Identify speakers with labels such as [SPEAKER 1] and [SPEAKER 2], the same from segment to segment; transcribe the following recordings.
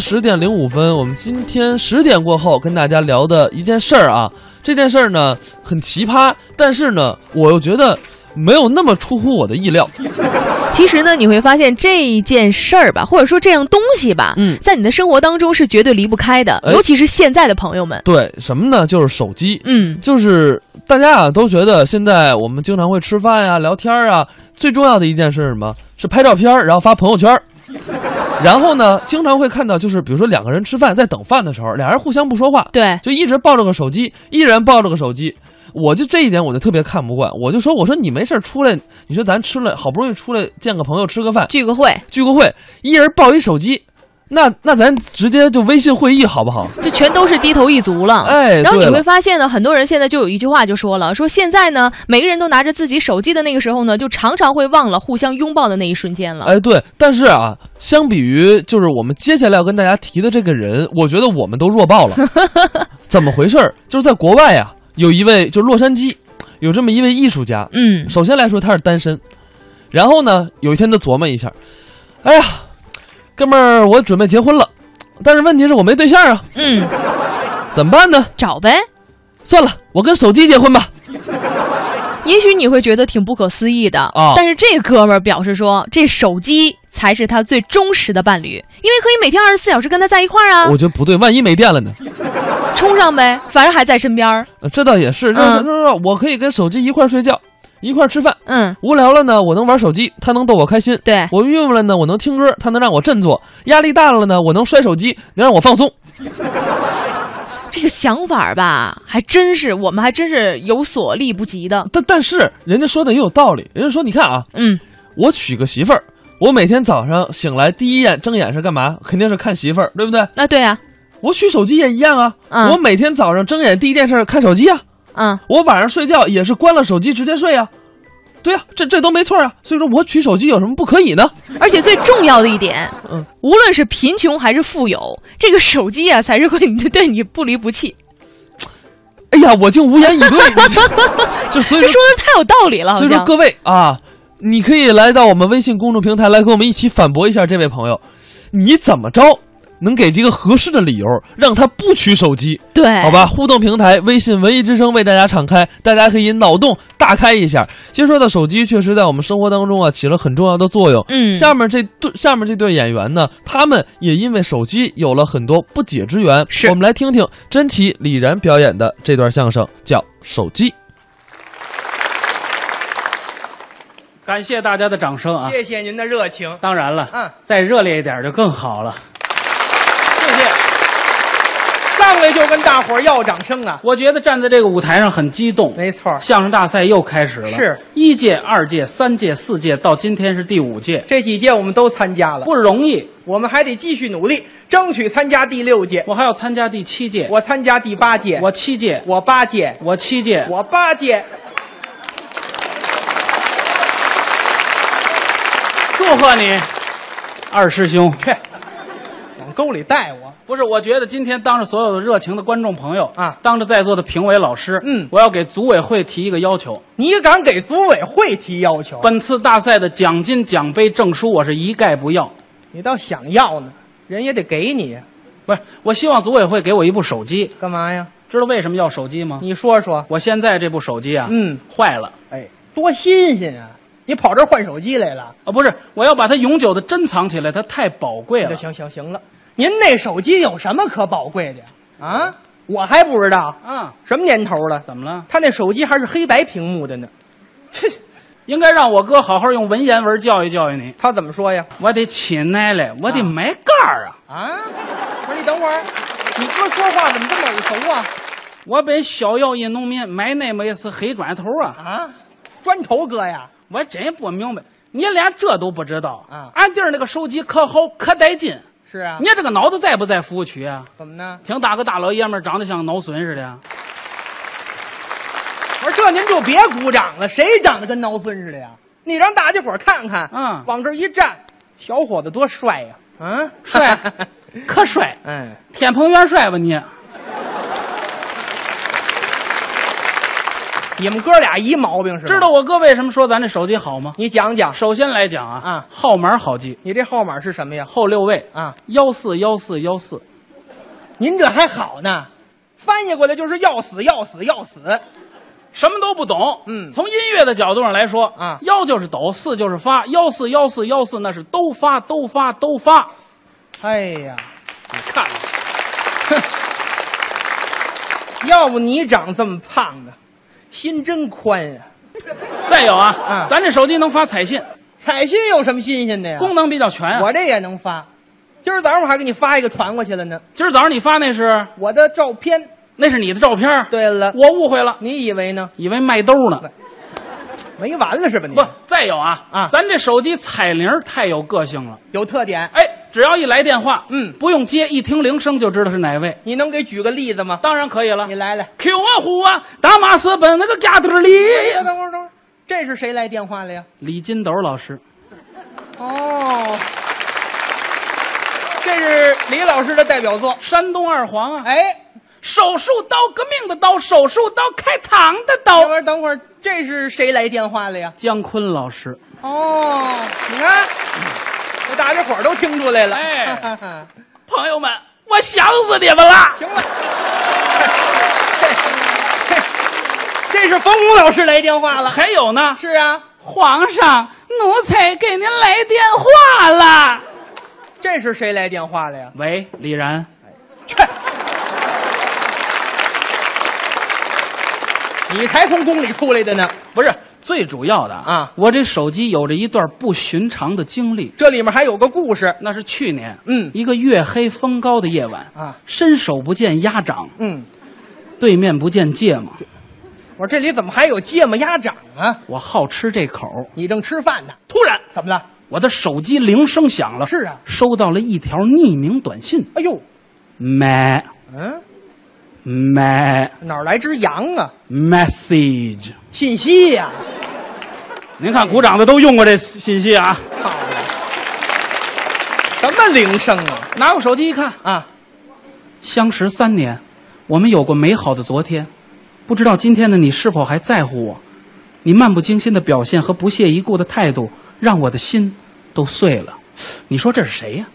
[SPEAKER 1] 十点零五分，我们今天十点过后跟大家聊的一件事儿啊，这件事儿呢很奇葩，但是呢，我又觉得没有那么出乎我的意料。
[SPEAKER 2] 其实呢，你会发现这一件事儿吧，或者说这样东西吧，
[SPEAKER 1] 嗯
[SPEAKER 2] 在你的生活当中是绝对离不开的，
[SPEAKER 1] 哎
[SPEAKER 2] 尤其是现在的朋友们，
[SPEAKER 1] 对，什么呢？就是手机，
[SPEAKER 2] 嗯，
[SPEAKER 1] 就是大家啊都觉得现在我们经常会吃饭呀、聊天啊，最重要的一件事是什么？是拍照片儿，然后发朋友圈儿。然后呢，经常会看到，就是比如说两个人吃饭，在等饭的时候，俩人互相不说话，
[SPEAKER 2] 对，
[SPEAKER 1] 就一直抱着个手机，一人抱着个手机。我就这一点我就特别看不惯，我就说我说你没事儿出来，你说咱吃了好不容易出来见个朋友吃个饭
[SPEAKER 2] 聚个会
[SPEAKER 1] 聚个会，一人抱一手机，那那咱直接就微信会议好不好？
[SPEAKER 2] 就全都是低头一族了。
[SPEAKER 1] 哎，
[SPEAKER 2] 啊然
[SPEAKER 1] 对
[SPEAKER 2] 后你
[SPEAKER 1] 了
[SPEAKER 2] 会发现呢，很多人现在就有一句话就说了，说现在呢，每个人都拿着自己手机的那个时候呢，就常常会忘了互相拥抱的那一瞬间了。
[SPEAKER 1] 哎，对，但是啊，相比于就是我们接下来要跟大家提的这个人，我觉得我们都弱爆 了。怎么回事儿？就是在国外啊，有一位就是洛杉矶有这么一位艺术家，
[SPEAKER 2] 嗯，
[SPEAKER 1] 首先来说他是单身，然后呢，有一天他琢磨一下，哎呀，哥们儿，我准备结婚了，但是问题是我没对象啊，
[SPEAKER 2] 嗯，
[SPEAKER 1] 怎么办呢？
[SPEAKER 2] 找呗。
[SPEAKER 1] 算了，我跟手机结婚吧。
[SPEAKER 2] 也许你会觉得挺不可思议的
[SPEAKER 1] 啊
[SPEAKER 2] 但是这哥们儿表示说，这手机才是他最忠实的伴侣，因为可以每天二十四小时跟他在一块儿啊
[SPEAKER 1] 我，觉得不对，万一没电了呢？
[SPEAKER 2] 充上呗，反正还在身边儿。
[SPEAKER 1] 呃这倒也是，就是他
[SPEAKER 2] 嗯
[SPEAKER 1] 说我可以跟手机一块儿睡觉，一块儿吃饭，
[SPEAKER 2] 嗯，
[SPEAKER 1] 无聊了呢，我能玩手机，他能逗我开心。
[SPEAKER 2] 对，
[SPEAKER 1] 我郁闷了呢，我能听歌，他能让我振作；压力大了呢，我能摔手机，能让我放松。
[SPEAKER 2] 这个想法儿吧，还真是我们还真是有所力不及的。
[SPEAKER 1] 但但是人家说的也有道理，人家说你看啊，
[SPEAKER 2] 嗯，
[SPEAKER 1] 我娶个媳妇儿，我每天早上醒来第一眼睁眼是干嘛？肯定是看媳妇儿，对不对？
[SPEAKER 2] 那对啊，
[SPEAKER 1] 我取手机也一样啊，
[SPEAKER 2] 嗯
[SPEAKER 1] 我每天早上睁眼第一件事儿看手机啊，
[SPEAKER 2] 嗯，
[SPEAKER 1] 我晚上睡觉也是关了手机直接睡啊。对啊，这这都没错啊，所以说我取手机有什么不可以呢？
[SPEAKER 2] 而且最重要的一点，
[SPEAKER 1] 嗯
[SPEAKER 2] 无论是贫穷还是富有，这个手机啊才是会你对你不离不弃。
[SPEAKER 1] 哎呀，我竟无言以对， 你这就所以
[SPEAKER 2] 这
[SPEAKER 1] 说
[SPEAKER 2] 说的太有道理了，
[SPEAKER 1] 所
[SPEAKER 2] 好
[SPEAKER 1] 以说
[SPEAKER 2] 像。
[SPEAKER 1] 各位啊，你可以来到我们微信公众平台来跟我们一起反驳一下这位朋友，你怎么着能给这个合适的理由让他不取手机？
[SPEAKER 2] 对，
[SPEAKER 1] 好，吧，互动平台微信文艺之声为大家敞开，大家可以脑洞大开一下。其实说到手机，确实在我们生活当中啊起了很重要的作用。
[SPEAKER 2] 嗯，
[SPEAKER 1] 下面这对下面这对演员呢，他们也因为手机有了很多不解之缘。
[SPEAKER 2] 是
[SPEAKER 1] 我们来听听甄奇、李然表演的这段相声，叫《手机》。
[SPEAKER 3] 感谢大家的掌声啊！
[SPEAKER 4] 谢谢您的热情，
[SPEAKER 3] 当然了，
[SPEAKER 4] 嗯
[SPEAKER 3] 再热烈一点就更好了。
[SPEAKER 4] 谢谢。上来就跟大伙儿要掌声啊！
[SPEAKER 3] 我觉得站在这个舞台上很激动。
[SPEAKER 4] 没错儿，
[SPEAKER 3] 相声大赛又开始了，
[SPEAKER 4] 是
[SPEAKER 3] 一届、二届、三届、四届，到今天是第五届，
[SPEAKER 4] 这几届我们都参加了，
[SPEAKER 3] 不容易。
[SPEAKER 4] 我们还得继续努力，争取参加第六届。
[SPEAKER 3] 我还要参加第七届，
[SPEAKER 4] 我参加第八届，
[SPEAKER 3] 我七届，
[SPEAKER 4] 我八届，
[SPEAKER 3] 我七届，
[SPEAKER 4] 我八届。
[SPEAKER 3] 祝贺你，二师兄。
[SPEAKER 4] 切，往沟里带我。
[SPEAKER 3] 不是，我觉得今天当着所有的热情的观众朋友
[SPEAKER 4] 啊
[SPEAKER 3] 当着在座的评委老师，
[SPEAKER 4] 嗯
[SPEAKER 3] 我要给组委会提一个要求，
[SPEAKER 4] 你敢给组委会提要求？
[SPEAKER 3] 本次大赛的奖金、奖杯、证书，我是一概不要。
[SPEAKER 4] 你倒想要呢，人也得给你。
[SPEAKER 3] 不是，我希望组委会给我一部手机。
[SPEAKER 4] 干嘛呀？
[SPEAKER 3] 知道为什么要手机吗？
[SPEAKER 4] 你说说。
[SPEAKER 3] 我现在这部手机啊，
[SPEAKER 4] 嗯，
[SPEAKER 3] 坏了
[SPEAKER 4] 哎，多新鲜啊！你跑这儿换手机来了？
[SPEAKER 3] 啊，不是，我要把它永久的珍藏起来，它太宝贵了。
[SPEAKER 4] 行行行了，您那手机有什么可宝贵的呀啊？我还不知道，
[SPEAKER 3] 啊，
[SPEAKER 4] 什么年头了？
[SPEAKER 3] 怎么了？
[SPEAKER 4] 他那手机还是黑白屏幕的呢。这
[SPEAKER 3] 应该让我哥好好用文言文教育教育你。
[SPEAKER 4] 他怎么说呀？
[SPEAKER 3] 我得起奶来，我得
[SPEAKER 4] 啊
[SPEAKER 3] 买盖儿啊，
[SPEAKER 4] 啊，不是你等会儿，你哥说话怎么这么耳熟啊？
[SPEAKER 3] 我本小要一农民，买那么一次黑砖头啊，
[SPEAKER 4] 啊，砖头哥呀，
[SPEAKER 3] 我真不明白，你连这都不知道
[SPEAKER 4] 啊
[SPEAKER 3] 俺弟儿那个手机可好，可带劲。
[SPEAKER 4] 是啊，
[SPEAKER 3] 你这个脑子在不在服务区啊？
[SPEAKER 4] 怎么呢？
[SPEAKER 3] 挺大个大老爷们儿，长得像脑损似的啊。
[SPEAKER 4] 我说这您就别鼓掌了，谁长得跟挠孙似的呀？你让大家伙儿看看，
[SPEAKER 3] 嗯
[SPEAKER 4] 往这儿一站，小伙子多帅呀！啊，
[SPEAKER 3] 帅，可帅。
[SPEAKER 4] 哎，
[SPEAKER 3] 天蓬元帅吧你？
[SPEAKER 4] 你们哥俩一毛病是吧
[SPEAKER 3] 知道？我哥为什么说咱这手机好吗？
[SPEAKER 4] 你讲讲，
[SPEAKER 3] 首先来讲啊，
[SPEAKER 4] 啊
[SPEAKER 3] 号码好记，
[SPEAKER 4] 你这号码是什么呀？
[SPEAKER 3] 后六位
[SPEAKER 4] 啊，
[SPEAKER 3] 幺四幺四幺四，
[SPEAKER 4] 您这还好呢，翻译过来就是要死要死要死。
[SPEAKER 3] 什么都不懂。
[SPEAKER 4] 嗯
[SPEAKER 3] 从音乐的角度上来说
[SPEAKER 4] 啊
[SPEAKER 3] 幺就是抖，四就是发，幺四幺四幺四那是都发都发都发。
[SPEAKER 4] 哎呀，
[SPEAKER 3] 你看看，
[SPEAKER 4] 要不你长这么胖呢，心真宽呀、
[SPEAKER 3] 再有啊，
[SPEAKER 4] 啊
[SPEAKER 3] 咱这手机能发彩信，
[SPEAKER 4] 彩信有什么新鲜的哎呀？
[SPEAKER 3] 功能比较全啊。
[SPEAKER 4] 我这也能发，今儿早上我还给你发一个传过去了呢，
[SPEAKER 3] 今儿早上你发那是
[SPEAKER 4] 我的照片。
[SPEAKER 3] 那是你的照片儿，
[SPEAKER 4] 对了，
[SPEAKER 3] 我误会了，
[SPEAKER 4] 你以为呢？
[SPEAKER 3] 以为卖兜呢。
[SPEAKER 4] 没完了是吧你？
[SPEAKER 3] 不，再有啊
[SPEAKER 4] 啊
[SPEAKER 3] 咱这手机彩铃儿太有个性了。
[SPEAKER 4] 有特点，
[SPEAKER 3] 哎，只要一来电话，
[SPEAKER 4] 嗯
[SPEAKER 3] 不用接，一听铃声就知道是哪位。
[SPEAKER 4] 你能给举个例子吗？
[SPEAKER 3] 当然可以了
[SPEAKER 4] 你来来，
[SPEAKER 3] ，Q 啊虎啊，打马斯本那个嘎德里，
[SPEAKER 4] 等会儿等会儿等会儿，这是谁来电话了呀？
[SPEAKER 3] 李金斗老师，
[SPEAKER 4] 哦，这是李老师的代表作。
[SPEAKER 3] 山东二黄啊，
[SPEAKER 4] 哎，
[SPEAKER 3] 手术刀革命的刀，手术刀开膛的
[SPEAKER 4] 等
[SPEAKER 3] 刀
[SPEAKER 4] 会，儿等会儿，这是谁来电话了呀？
[SPEAKER 3] 姜昆老师，
[SPEAKER 4] 哦，你看，这大家伙儿都听出来了。
[SPEAKER 3] 哎朋友们，我想死你们了。
[SPEAKER 4] 行了，这是冯巩老师来电话了。
[SPEAKER 3] 还有呢，
[SPEAKER 4] 是啊，
[SPEAKER 3] 皇上，奴才给您来电话了。
[SPEAKER 4] 这是谁来电话了呀？
[SPEAKER 3] 喂，李
[SPEAKER 4] 嗯
[SPEAKER 3] 然，
[SPEAKER 4] 去，你才从宫里出来的呢，
[SPEAKER 3] 不是最主要的
[SPEAKER 4] 啊
[SPEAKER 3] 我这手机有着一段不寻常的经历。
[SPEAKER 4] 这里面还有个故事。
[SPEAKER 3] 那是去年，
[SPEAKER 4] 嗯
[SPEAKER 3] 一个月黑风高的夜晚
[SPEAKER 4] 啊
[SPEAKER 3] 伸手不见鸭掌，
[SPEAKER 4] 嗯，
[SPEAKER 3] 对面不见芥末。
[SPEAKER 4] 我说这里怎么还有芥末鸭掌啊？
[SPEAKER 3] 我好吃这口，
[SPEAKER 4] 你正吃饭呢，
[SPEAKER 3] 突然
[SPEAKER 4] 怎么了？
[SPEAKER 3] 我的手机铃声响了，
[SPEAKER 4] 是啊
[SPEAKER 3] 收到了一条匿名短信，
[SPEAKER 4] 哎呦，
[SPEAKER 3] 买
[SPEAKER 4] 嗯，
[SPEAKER 3] 买
[SPEAKER 4] 哪儿来只羊啊？
[SPEAKER 3] message。
[SPEAKER 4] 信息呀、
[SPEAKER 3] 您看，鼓掌的都用过这信息啊。
[SPEAKER 4] 好了，什么铃声啊？
[SPEAKER 3] 拿过手机一看，
[SPEAKER 4] 啊，
[SPEAKER 3] 相识三年，我们有过美好的昨天，不知道今天的你是否还在乎我？你漫不经心的表现和不屑一顾的态度，让我的心都碎了。你说这是谁呀、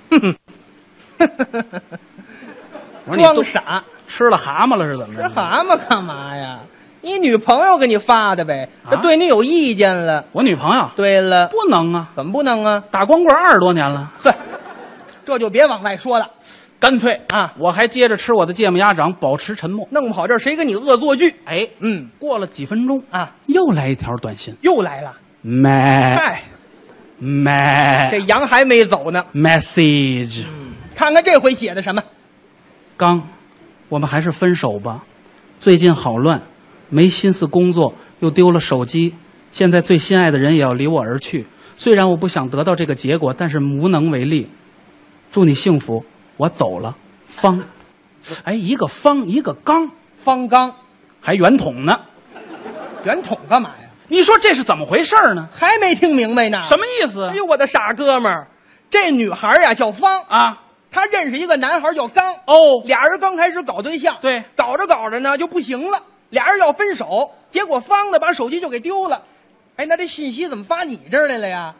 [SPEAKER 3] 我说你都
[SPEAKER 4] 装傻，
[SPEAKER 3] 吃了蛤蟆了是怎么
[SPEAKER 4] 吃
[SPEAKER 3] 着？
[SPEAKER 4] 蛤蟆干嘛呀？你女朋友给你发的呗，
[SPEAKER 3] 啊
[SPEAKER 4] 她对你有意见了。
[SPEAKER 3] 我女朋友
[SPEAKER 4] 对了，
[SPEAKER 3] 不能啊，
[SPEAKER 4] 怎么不能啊？
[SPEAKER 3] 打光棍二十多年了，
[SPEAKER 4] 呵，这就别往外说了，
[SPEAKER 3] 干脆
[SPEAKER 4] 啊
[SPEAKER 3] 我还接着吃我的芥末鸭掌，保持沉默。
[SPEAKER 4] 弄不好这谁跟你恶作剧。
[SPEAKER 3] 哎，
[SPEAKER 4] 嗯
[SPEAKER 3] 过了几分钟，
[SPEAKER 4] 啊，
[SPEAKER 3] 又来一条短信，
[SPEAKER 4] 又来了，
[SPEAKER 3] 买
[SPEAKER 4] 嗨，
[SPEAKER 3] 买
[SPEAKER 4] 这羊还没走呢，
[SPEAKER 3] message。
[SPEAKER 4] 看看这回写的什么？
[SPEAKER 3] 刚，我们还是分手吧。最近好乱，没心思工作，又丢了手机，现在最心爱的人也要离我而去。虽然我不想得到这个结果，但是无能为力。祝你幸福，我走了。方，哎，一个方，一个刚，
[SPEAKER 4] 方刚，
[SPEAKER 3] 还圆筒呢。
[SPEAKER 4] 圆筒干嘛呀？
[SPEAKER 3] 你说这是怎么回事儿呢？
[SPEAKER 4] 还没听明白呢？
[SPEAKER 3] 什么意思
[SPEAKER 4] 哎呦，我的傻哥们儿，这女孩儿呀叫方，
[SPEAKER 3] 啊？
[SPEAKER 4] 她认识一个男孩儿叫刚，
[SPEAKER 3] 哦，
[SPEAKER 4] 俩人刚开始搞对象，
[SPEAKER 3] 对
[SPEAKER 4] 搞着搞着呢就不行了，俩人要分手，结果方的把手机就给丢了。哎，那这信息怎么发你这儿来了呀？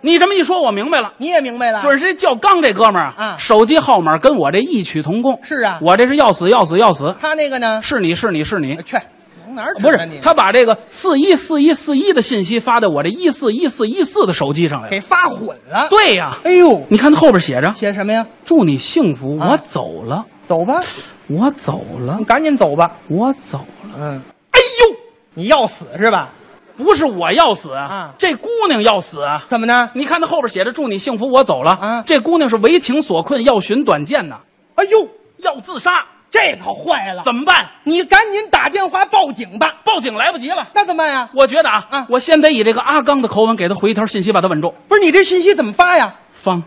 [SPEAKER 3] 你这么一说，我明白了。
[SPEAKER 4] 你也明白了，
[SPEAKER 3] 就是这叫刚这哥们儿
[SPEAKER 4] 啊
[SPEAKER 3] 手机号码跟我这异曲同工。
[SPEAKER 4] 是啊
[SPEAKER 3] 我这是要死要死要死，
[SPEAKER 4] 他那个呢？
[SPEAKER 3] 是你是你是你，
[SPEAKER 4] 去，往哪儿指
[SPEAKER 3] 不
[SPEAKER 4] 啊啊你
[SPEAKER 3] 是，他把这个四一四一四一的信息发到我这一四一四一四的手机上来了。
[SPEAKER 4] 给发混了。，
[SPEAKER 3] 对呀，
[SPEAKER 4] 哎呦，
[SPEAKER 3] 你看他后边写着
[SPEAKER 4] 写什么呀？
[SPEAKER 3] “祝你幸福”，
[SPEAKER 4] 啊
[SPEAKER 3] 我走了，
[SPEAKER 4] 走吧，
[SPEAKER 3] 我走了
[SPEAKER 4] 你，赶紧走吧。
[SPEAKER 3] 我走了。
[SPEAKER 4] 嗯，
[SPEAKER 3] 哎呦，
[SPEAKER 4] 你要死是吧？
[SPEAKER 3] 不是我要死
[SPEAKER 4] 啊
[SPEAKER 3] 这姑娘要死啊！
[SPEAKER 4] 怎么呢？
[SPEAKER 3] 你看他后边写着“祝你幸福”，我走了。
[SPEAKER 4] 啊
[SPEAKER 3] 这姑娘是为情所困，要寻短见呐，
[SPEAKER 4] 哎呦，
[SPEAKER 3] 要自杀，
[SPEAKER 4] 这可坏了！
[SPEAKER 3] 怎么办？
[SPEAKER 4] 你赶紧打电话报警吧。
[SPEAKER 3] 报警来不及了。
[SPEAKER 4] 那怎么办呀？
[SPEAKER 3] 我觉得啊，
[SPEAKER 4] 啊
[SPEAKER 3] 我先得以这个阿刚的口吻给他回一条信息，把他稳住。
[SPEAKER 4] 不是你这信息怎么发呀？
[SPEAKER 3] 方，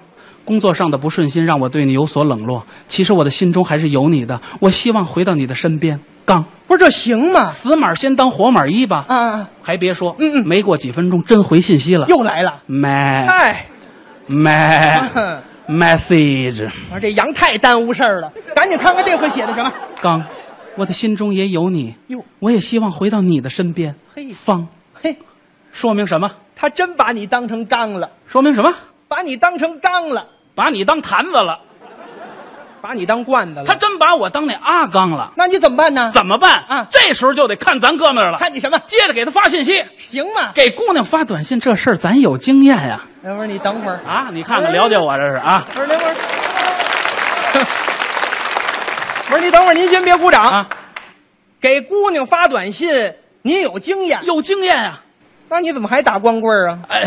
[SPEAKER 3] 工作上的不顺心让我对你有所冷落，其实我的心中还是有你的，我希望回到你的身边。刚，
[SPEAKER 4] 不是这行吗？
[SPEAKER 3] 死马先当活马医吧。
[SPEAKER 4] 啊，
[SPEAKER 3] 还别说，
[SPEAKER 4] 嗯嗯
[SPEAKER 3] 没过几分钟真回信息了，
[SPEAKER 4] 又来了。
[SPEAKER 3] 买
[SPEAKER 4] 哎，
[SPEAKER 3] 买
[SPEAKER 4] 哼
[SPEAKER 3] message。
[SPEAKER 4] 我说这羊太耽误事儿了，赶紧看看这回写的什么。
[SPEAKER 3] 刚，我的心中也有你，
[SPEAKER 4] 哟，
[SPEAKER 3] 我也希望回到你的身边。
[SPEAKER 4] 嘿
[SPEAKER 3] 方，
[SPEAKER 4] 嘿，
[SPEAKER 3] 说明什么？
[SPEAKER 4] 他真把你当成缸了，
[SPEAKER 3] 说明什么？
[SPEAKER 4] 把你当成缸了，
[SPEAKER 3] 把你当坛子了，
[SPEAKER 4] 把你当罐子了。
[SPEAKER 3] 他真把我当那阿刚了，
[SPEAKER 4] 那你怎么办呢？
[SPEAKER 3] 怎么办？
[SPEAKER 4] 啊
[SPEAKER 3] 这时候就得嗯看咱哥们儿了。
[SPEAKER 4] 看你什么
[SPEAKER 3] 接着给他发信息，
[SPEAKER 4] 行吗？
[SPEAKER 3] 给姑娘发短信，这事儿咱有经验呀、
[SPEAKER 4] 哎，不是你等会儿，
[SPEAKER 3] 啊！你看看，了解我这是啊
[SPEAKER 4] 不是等会儿， 不是你等会儿，您先别鼓掌。
[SPEAKER 3] 啊，
[SPEAKER 4] 给姑娘发短信，你有经验，
[SPEAKER 3] 有经验呀、
[SPEAKER 4] 那你怎么还打光棍儿啊？
[SPEAKER 3] 哎，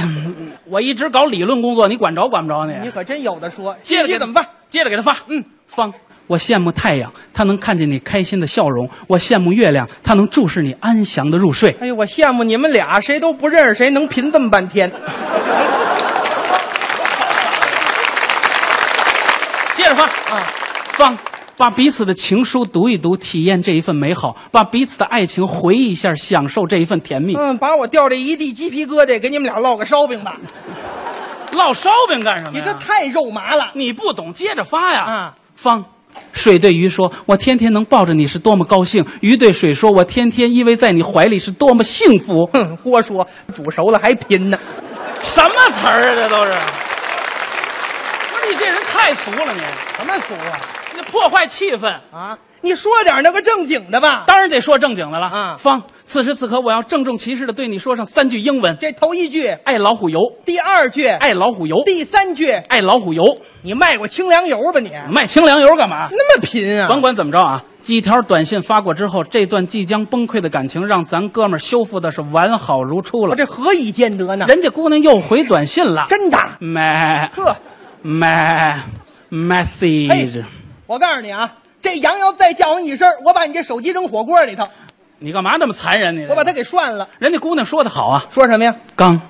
[SPEAKER 3] 我一直搞理论工作，你管着管不着你？
[SPEAKER 4] 你可真有的说。
[SPEAKER 3] 接着给
[SPEAKER 4] 信
[SPEAKER 3] 他
[SPEAKER 4] 息怎么办？？
[SPEAKER 3] 接着给他发。嗯，方，我羡慕太阳，它能看见你开心的笑容；我羡慕月亮，它能注视你安详的入睡。
[SPEAKER 4] 哎呦，我羡慕你们俩，谁都不认识谁，能贫这么半天。
[SPEAKER 3] 接着发啊，方，把彼此的情书读一读，体验这一份美好；把彼此的爱情回忆一下，享受这一份甜蜜。
[SPEAKER 4] 嗯，把我掉这一地鸡皮疙瘩，给你们俩烙个烧饼吧。
[SPEAKER 3] 烙烧饼干什么
[SPEAKER 4] 你
[SPEAKER 3] 呀？
[SPEAKER 4] 这太肉麻了。
[SPEAKER 3] 你不懂，接着发呀。
[SPEAKER 4] 啊，
[SPEAKER 3] 方。水对鱼说：“我天天能抱着你是多么高兴。”鱼对水说：“我天天依偎在你怀里是多么幸 福。
[SPEAKER 4] 哼，郭说煮熟了还贫呢。”
[SPEAKER 3] 什么词儿啊？这都 是！不是你这人太俗了你，
[SPEAKER 4] 什么俗啊？
[SPEAKER 3] 你破坏气氛。
[SPEAKER 4] 啊，你说点那个正经的吧。
[SPEAKER 3] 当然得说正经的了
[SPEAKER 4] 啊
[SPEAKER 3] 方，此时此刻我要郑重其事的对你说上三句英文：
[SPEAKER 4] 这头一句，
[SPEAKER 3] 爱老虎油，
[SPEAKER 4] 第二句，哎
[SPEAKER 3] 爱老虎油，
[SPEAKER 4] 第三句，
[SPEAKER 3] 爱老虎油。
[SPEAKER 4] 你卖过清凉油吧你？
[SPEAKER 3] 卖清凉油干嘛？
[SPEAKER 4] 那么贫啊？
[SPEAKER 3] 甭管怎么着啊，几条短信发过之后，这段即将崩溃的感情让咱哥们儿修复的是完好如初
[SPEAKER 4] 我
[SPEAKER 3] 了。
[SPEAKER 4] 这何以见得呢？
[SPEAKER 3] 人家姑娘又回短信了，
[SPEAKER 4] 真的，
[SPEAKER 3] 买
[SPEAKER 4] 呵，
[SPEAKER 3] 买 message，
[SPEAKER 4] 我告诉你啊，这羊要再叫唤一声，我把你这手机扔火锅里头，
[SPEAKER 3] 你干嘛那么残忍你？
[SPEAKER 4] 我把它给涮了。
[SPEAKER 3] 人家姑娘说的好啊，
[SPEAKER 4] 说什么呀？
[SPEAKER 3] 刚，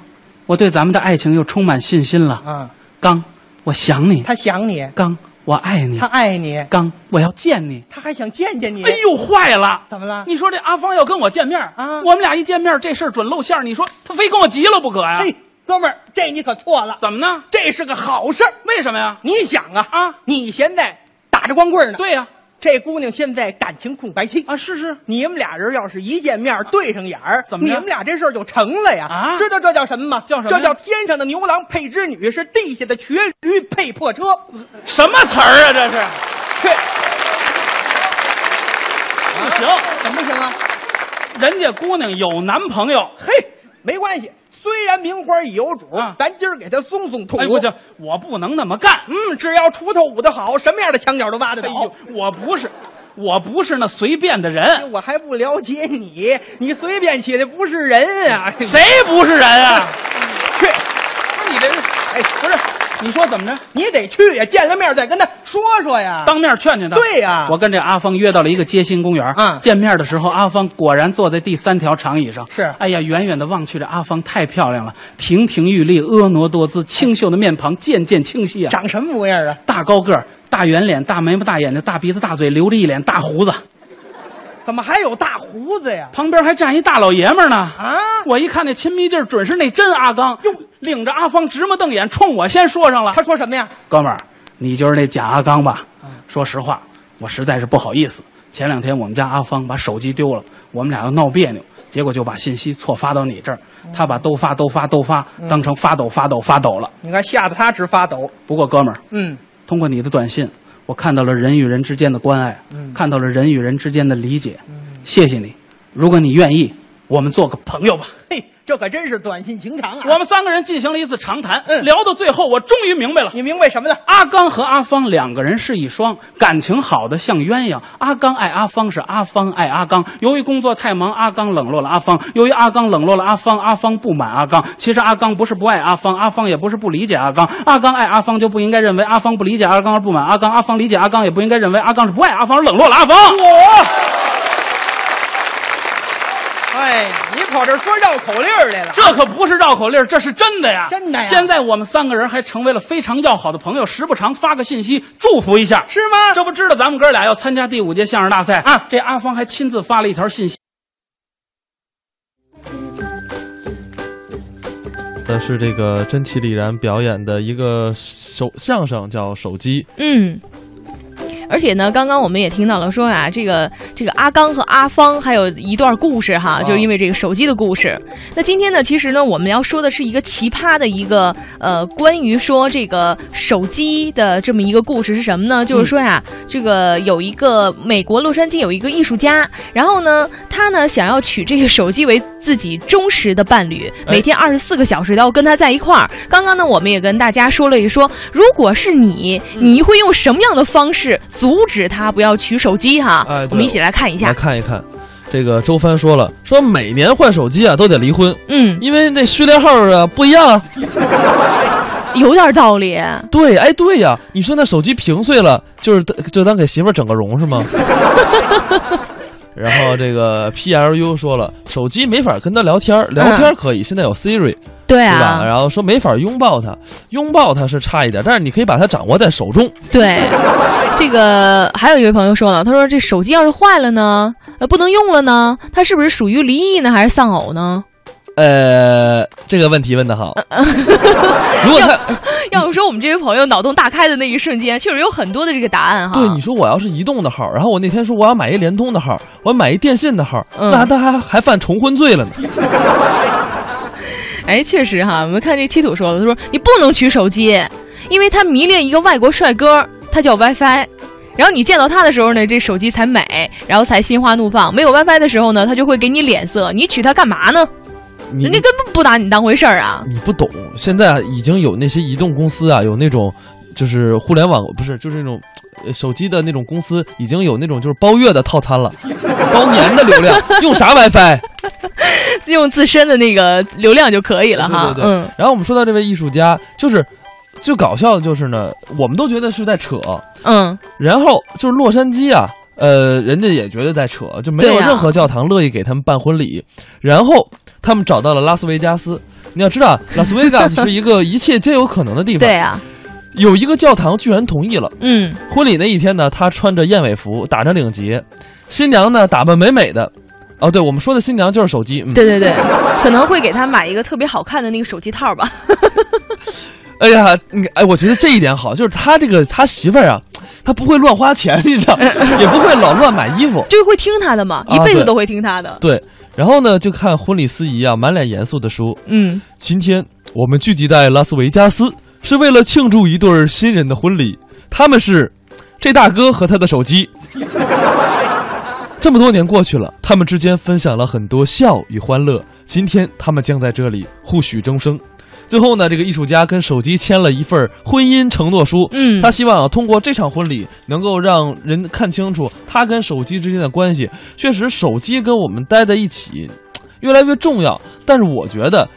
[SPEAKER 3] 我对咱们的爱情又充满信心了。
[SPEAKER 4] 啊，
[SPEAKER 3] 刚，我想你。
[SPEAKER 4] 他想你，
[SPEAKER 3] 刚，我爱你
[SPEAKER 4] 他。爱你，
[SPEAKER 3] 刚，我要见你。
[SPEAKER 4] 他还想见见你。
[SPEAKER 3] 哎，呦，坏了！
[SPEAKER 4] 怎么了？
[SPEAKER 3] 你说这阿芳要跟我见面
[SPEAKER 4] 啊
[SPEAKER 3] 我们俩一见面，这事儿准露馅儿你说他非跟我急了不可呀、
[SPEAKER 4] 嘿，哎哥们儿，这你可错了，
[SPEAKER 3] 怎么呢？
[SPEAKER 4] 这是个好事儿。
[SPEAKER 3] 为什么呀？
[SPEAKER 4] 你想啊
[SPEAKER 3] 啊，
[SPEAKER 4] 你现在打着光棍呢，，
[SPEAKER 3] 对呀、
[SPEAKER 4] 这姑娘现在感情空白期
[SPEAKER 3] 啊，。是是，
[SPEAKER 4] 你们俩人要是一见面对上眼儿，
[SPEAKER 3] 怎么着
[SPEAKER 4] 你们俩这事儿就成了呀？
[SPEAKER 3] 啊
[SPEAKER 4] 知道这叫什么吗？
[SPEAKER 3] 叫什么呀
[SPEAKER 4] 这叫天上的牛郎配织女，是地下的瘸驴配破车。
[SPEAKER 3] 什么词儿啊？ 这是
[SPEAKER 4] 嘿，
[SPEAKER 3] 不行，
[SPEAKER 4] 怎么行啊？
[SPEAKER 3] 人家姑娘有男朋友。
[SPEAKER 4] 嘿，没关系，虽然名花已有主，
[SPEAKER 3] 啊
[SPEAKER 4] 咱今儿给他松松土。
[SPEAKER 3] 哎，不行，我不能那么干。
[SPEAKER 4] 嗯，只要锄头舞得好，什么样的墙角都挖得
[SPEAKER 3] 哎
[SPEAKER 4] 倒
[SPEAKER 3] 呦。，我不是，我不是那随便的人。
[SPEAKER 4] 哎我还不了解你，你随便写的不是人 啊！
[SPEAKER 3] 谁不是人啊？
[SPEAKER 4] 去？不是你这人，哎，不是，
[SPEAKER 3] 你说怎么着？
[SPEAKER 4] 你得去呀，见了面再跟他说说呀。
[SPEAKER 3] 当面劝劝他。
[SPEAKER 4] 啊对呀
[SPEAKER 3] 我跟这阿芳约到了一个街心公园。
[SPEAKER 4] 嗯
[SPEAKER 3] 见面的时候，阿芳果然坐在第三条长椅上。
[SPEAKER 4] 是
[SPEAKER 3] 哎呀，远远的望去，这阿芳太漂亮了，亭亭玉立，婀娜多姿，清秀的面庞渐渐清晰啊，
[SPEAKER 4] 长什么模样啊？
[SPEAKER 3] 大高个儿，大圆脸，大眉毛，大眼睛，大鼻子，大嘴，留着一脸大胡子，
[SPEAKER 4] 怎么还有大胡子呀？
[SPEAKER 3] 旁边还站一大老爷们儿呢。
[SPEAKER 4] 啊，
[SPEAKER 3] 我一看那亲密劲儿，准是那真阿刚。哟，领着阿芳直目瞪眼，冲我先说上了。
[SPEAKER 4] 他说什么呀？
[SPEAKER 3] 哥们儿，你就是那假阿刚吧？
[SPEAKER 4] 嗯
[SPEAKER 3] 说实话，我实在是不好意思。前两天我们家阿芳把手机丢了，我们俩要闹别扭，结果就把信息错发到你这儿。
[SPEAKER 4] 嗯
[SPEAKER 3] 他把都发都发都发当成发抖发抖发抖了。
[SPEAKER 4] 你看吓得他直发抖。
[SPEAKER 3] 不过哥们儿，
[SPEAKER 4] 嗯，
[SPEAKER 3] 通过你的短信，我看到了人与人之间的关爱，
[SPEAKER 4] 嗯
[SPEAKER 3] 看到了人与人之间的理解。谢谢你，如果你愿意，我们做个朋友吧。
[SPEAKER 4] 嘿，这可真是短信情长啊！
[SPEAKER 3] 我们三个人进行了一次长谈，
[SPEAKER 4] 嗯
[SPEAKER 3] 聊到最后，我终于明白了。
[SPEAKER 4] 你明白什么了？
[SPEAKER 3] 阿刚和阿芳两个人是一双，感情好的像鸳鸯。阿刚爱阿芳是阿芳爱阿刚。由于工作太忙，阿刚冷落了阿芳。由于阿刚冷落了阿芳，阿芳不满阿刚。其实阿刚不是不爱阿芳，阿芳也不是不理解阿刚。阿刚爱阿芳就不应该认为阿芳不理解阿刚而不满阿刚，阿芳理解阿刚也不应该认为阿刚是不爱阿芳而冷落了阿芳。
[SPEAKER 4] 我，哎，你跑这儿说绕口令儿来了。
[SPEAKER 3] 这可不是绕口令儿，这是真的呀！
[SPEAKER 4] 真的呀
[SPEAKER 3] 现在我们三个人还成为了非常要好的朋友，时不常发个信息祝福一下，
[SPEAKER 4] 是吗
[SPEAKER 3] 这不知道咱们哥俩要参加第五届相声大赛
[SPEAKER 4] 啊
[SPEAKER 3] 这阿芳还亲自发了一条信息。
[SPEAKER 1] 的是这个真奇李然表演的一个手相声，叫《手机》。
[SPEAKER 2] 嗯，而且呢，刚刚我们也听到了说啊，这个这个阿刚和阿芳还有一段故事哈，就是因为这个手机的故事。那今天呢，其实呢，我们要说的是一个奇葩的一个呃，关于说这个手机的这么一个故事是什么呢？就是说呀、这个有一个美国洛杉矶有一个艺术家，然后呢，他呢想要娶这个手机为自己忠实的伴侣，
[SPEAKER 1] 哎
[SPEAKER 2] 每天二十四个小时都要跟他在一块儿。刚刚呢，我们也跟大家说了一说，如果是你，
[SPEAKER 1] 嗯
[SPEAKER 2] 你会用什么样的方式阻止他不要取手机哈？
[SPEAKER 1] 哎对
[SPEAKER 2] 我们一起来看一
[SPEAKER 1] 来
[SPEAKER 2] 下。
[SPEAKER 1] 看一看，这个周帆说了，说每年换手机啊都得离婚，
[SPEAKER 2] 嗯，
[SPEAKER 1] 因为那序列号啊不一样啊。
[SPEAKER 2] 有点道理。
[SPEAKER 1] 对，哎，对呀，你说那手机屏碎了，就是就当给媳妇儿整个容是吗？ 然后这个 P L U 说了，手机没法跟他聊天儿，聊天儿可以，现在有 Siri，
[SPEAKER 2] 对
[SPEAKER 1] 对吧？
[SPEAKER 2] 啊，
[SPEAKER 1] 然后说没法拥抱他，拥抱他是差一点，但是你可以把它掌握在手中。
[SPEAKER 2] 对。这个还有一位朋友说了，他说这手机要是坏了呢，呃，不能用了呢，他是不是属于离异呢，还是丧偶呢？
[SPEAKER 1] 呃，这个问题问的好。如果他
[SPEAKER 2] 要不说我们这位朋友脑洞大开的那一瞬间，确实有很多的这个答案哈。
[SPEAKER 1] 对你说我要是移动的号，然后我那天说我要买一联通的号，我要买一电信的号，
[SPEAKER 2] 嗯
[SPEAKER 1] 那他还还犯重婚罪了呢。
[SPEAKER 2] 哎，确实哈，我们看这七土说了，他说你不能取手机，因为他迷恋一个外国帅哥，他叫 WiFi。然后你见到他的时候呢，这手机才美，然后才心花怒放。没有 WiFi 的时候呢，他就会给你脸色，你取他干嘛呢？
[SPEAKER 1] 你
[SPEAKER 2] 人家根本不拿你当回事儿啊！
[SPEAKER 1] 你不懂，现在已经有那些移动公司啊，有那种就是互联网不是，就是那种呃手机的那种公司，已经有那种就是包月的套餐了，包年的流量，用啥 WiFi？
[SPEAKER 2] 用自身的那个流量就可以了哈。
[SPEAKER 1] 对对对
[SPEAKER 2] 嗯，
[SPEAKER 1] 然后我们说到这位艺术家，就是最搞笑的就是呢，我们都觉得是在扯，
[SPEAKER 2] 嗯，
[SPEAKER 1] 然后就是洛杉矶啊，呃，人家也觉得在扯，就没有
[SPEAKER 2] 对啊
[SPEAKER 1] 任何教堂乐意给他们办婚礼。然后他们找到了拉斯维加斯，你要知道，拉斯维加斯是一个一切皆有可能的地方。
[SPEAKER 2] 对啊，
[SPEAKER 1] 有一个教堂居然同意了。
[SPEAKER 2] 嗯，
[SPEAKER 1] 婚礼那一天呢，他穿着燕尾服，打着领结，新娘呢打扮美美的。哦，对，我们说的新娘就是手机。嗯，
[SPEAKER 2] 对对对，可能会给他买一个特别好看的那个手机套吧。
[SPEAKER 1] 哎呀，你哎，我觉得这一点好，就是他这个他媳妇儿啊，他不会乱花钱，你知道，也不会老乱买衣服。
[SPEAKER 2] 就是会听他的嘛，
[SPEAKER 1] 啊
[SPEAKER 2] 一辈子
[SPEAKER 1] 对
[SPEAKER 2] 都会听他的。
[SPEAKER 1] 对，然后呢，就看婚礼司仪啊，满脸严肃的说
[SPEAKER 2] 嗯，：“
[SPEAKER 1] 今天我们聚集在拉斯维加斯，是为了庆祝一对儿新人的婚礼。他们是这大哥和他的手机。 这么多年过去了，他们之间分享了很多笑与欢乐。今天他们将在这里互许终生。”最后呢，这个艺术家跟手机签了一份儿婚姻承诺书。
[SPEAKER 2] 嗯
[SPEAKER 1] 他希望啊，通过这场婚礼能够让人看清楚他跟手机之间的关系。确实，手机跟我们待在一起嘖越来越重要，但是我觉得。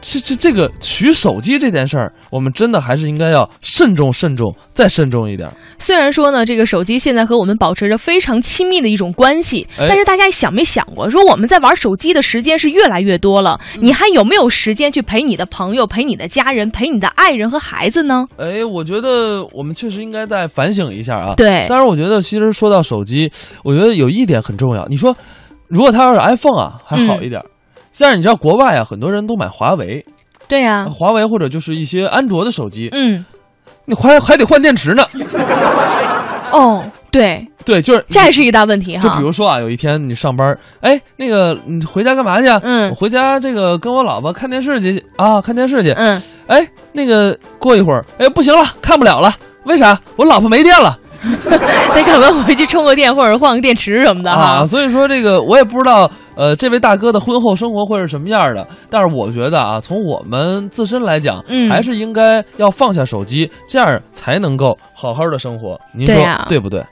[SPEAKER 1] 这这这个取手机这件事儿，我们真的还是应该要慎重、慎重再慎重一点儿。
[SPEAKER 2] 虽然说呢，这个手机现在和我们保持着非常亲密的一种关系，
[SPEAKER 1] 哎
[SPEAKER 2] 但是大家想没想过，说我们在玩手机的时间是越来越多了，
[SPEAKER 1] 嗯
[SPEAKER 2] 你还有没有时间去陪你的朋友、陪你的家人、陪你的爱人和孩子呢？
[SPEAKER 1] 哎，我觉得我们确实应该再反省一下啊。
[SPEAKER 2] 对
[SPEAKER 1] 当然，我觉得其实说到手机，我觉得有一点很重要。你说，如果他要是 iPhone 啊，还
[SPEAKER 2] 嗯
[SPEAKER 1] 好一点儿。但是你知道，国外啊，很多人都买华为，
[SPEAKER 2] 对呀、
[SPEAKER 1] 华为或者就是一些安卓的手机，
[SPEAKER 2] 嗯，
[SPEAKER 1] 你还还得换电池呢。
[SPEAKER 2] 哦，对，
[SPEAKER 1] 对，就是
[SPEAKER 2] 这还是一大问题
[SPEAKER 1] 就比
[SPEAKER 2] 哈。
[SPEAKER 1] 如说啊，有一天你上班儿，哎，那个你回家干嘛去啊？
[SPEAKER 2] 嗯
[SPEAKER 1] 我回家这个跟我老婆看电视去啊，看电视去。
[SPEAKER 2] 嗯，
[SPEAKER 1] 哎，那个过一会儿，哎，不行了，看不了了。为啥？我老婆没电了
[SPEAKER 2] 得赶快回去充个电或者换个电池什么的哈。
[SPEAKER 1] 啊！所以说这个我也不知道，呃，这位大哥的婚后生活会是什么样的。但是我觉得啊，从我们自身来讲，
[SPEAKER 2] 嗯
[SPEAKER 1] 还是应该要放下手机，这样才能够好好的生活。您说
[SPEAKER 2] 对呀啊
[SPEAKER 1] 对不对？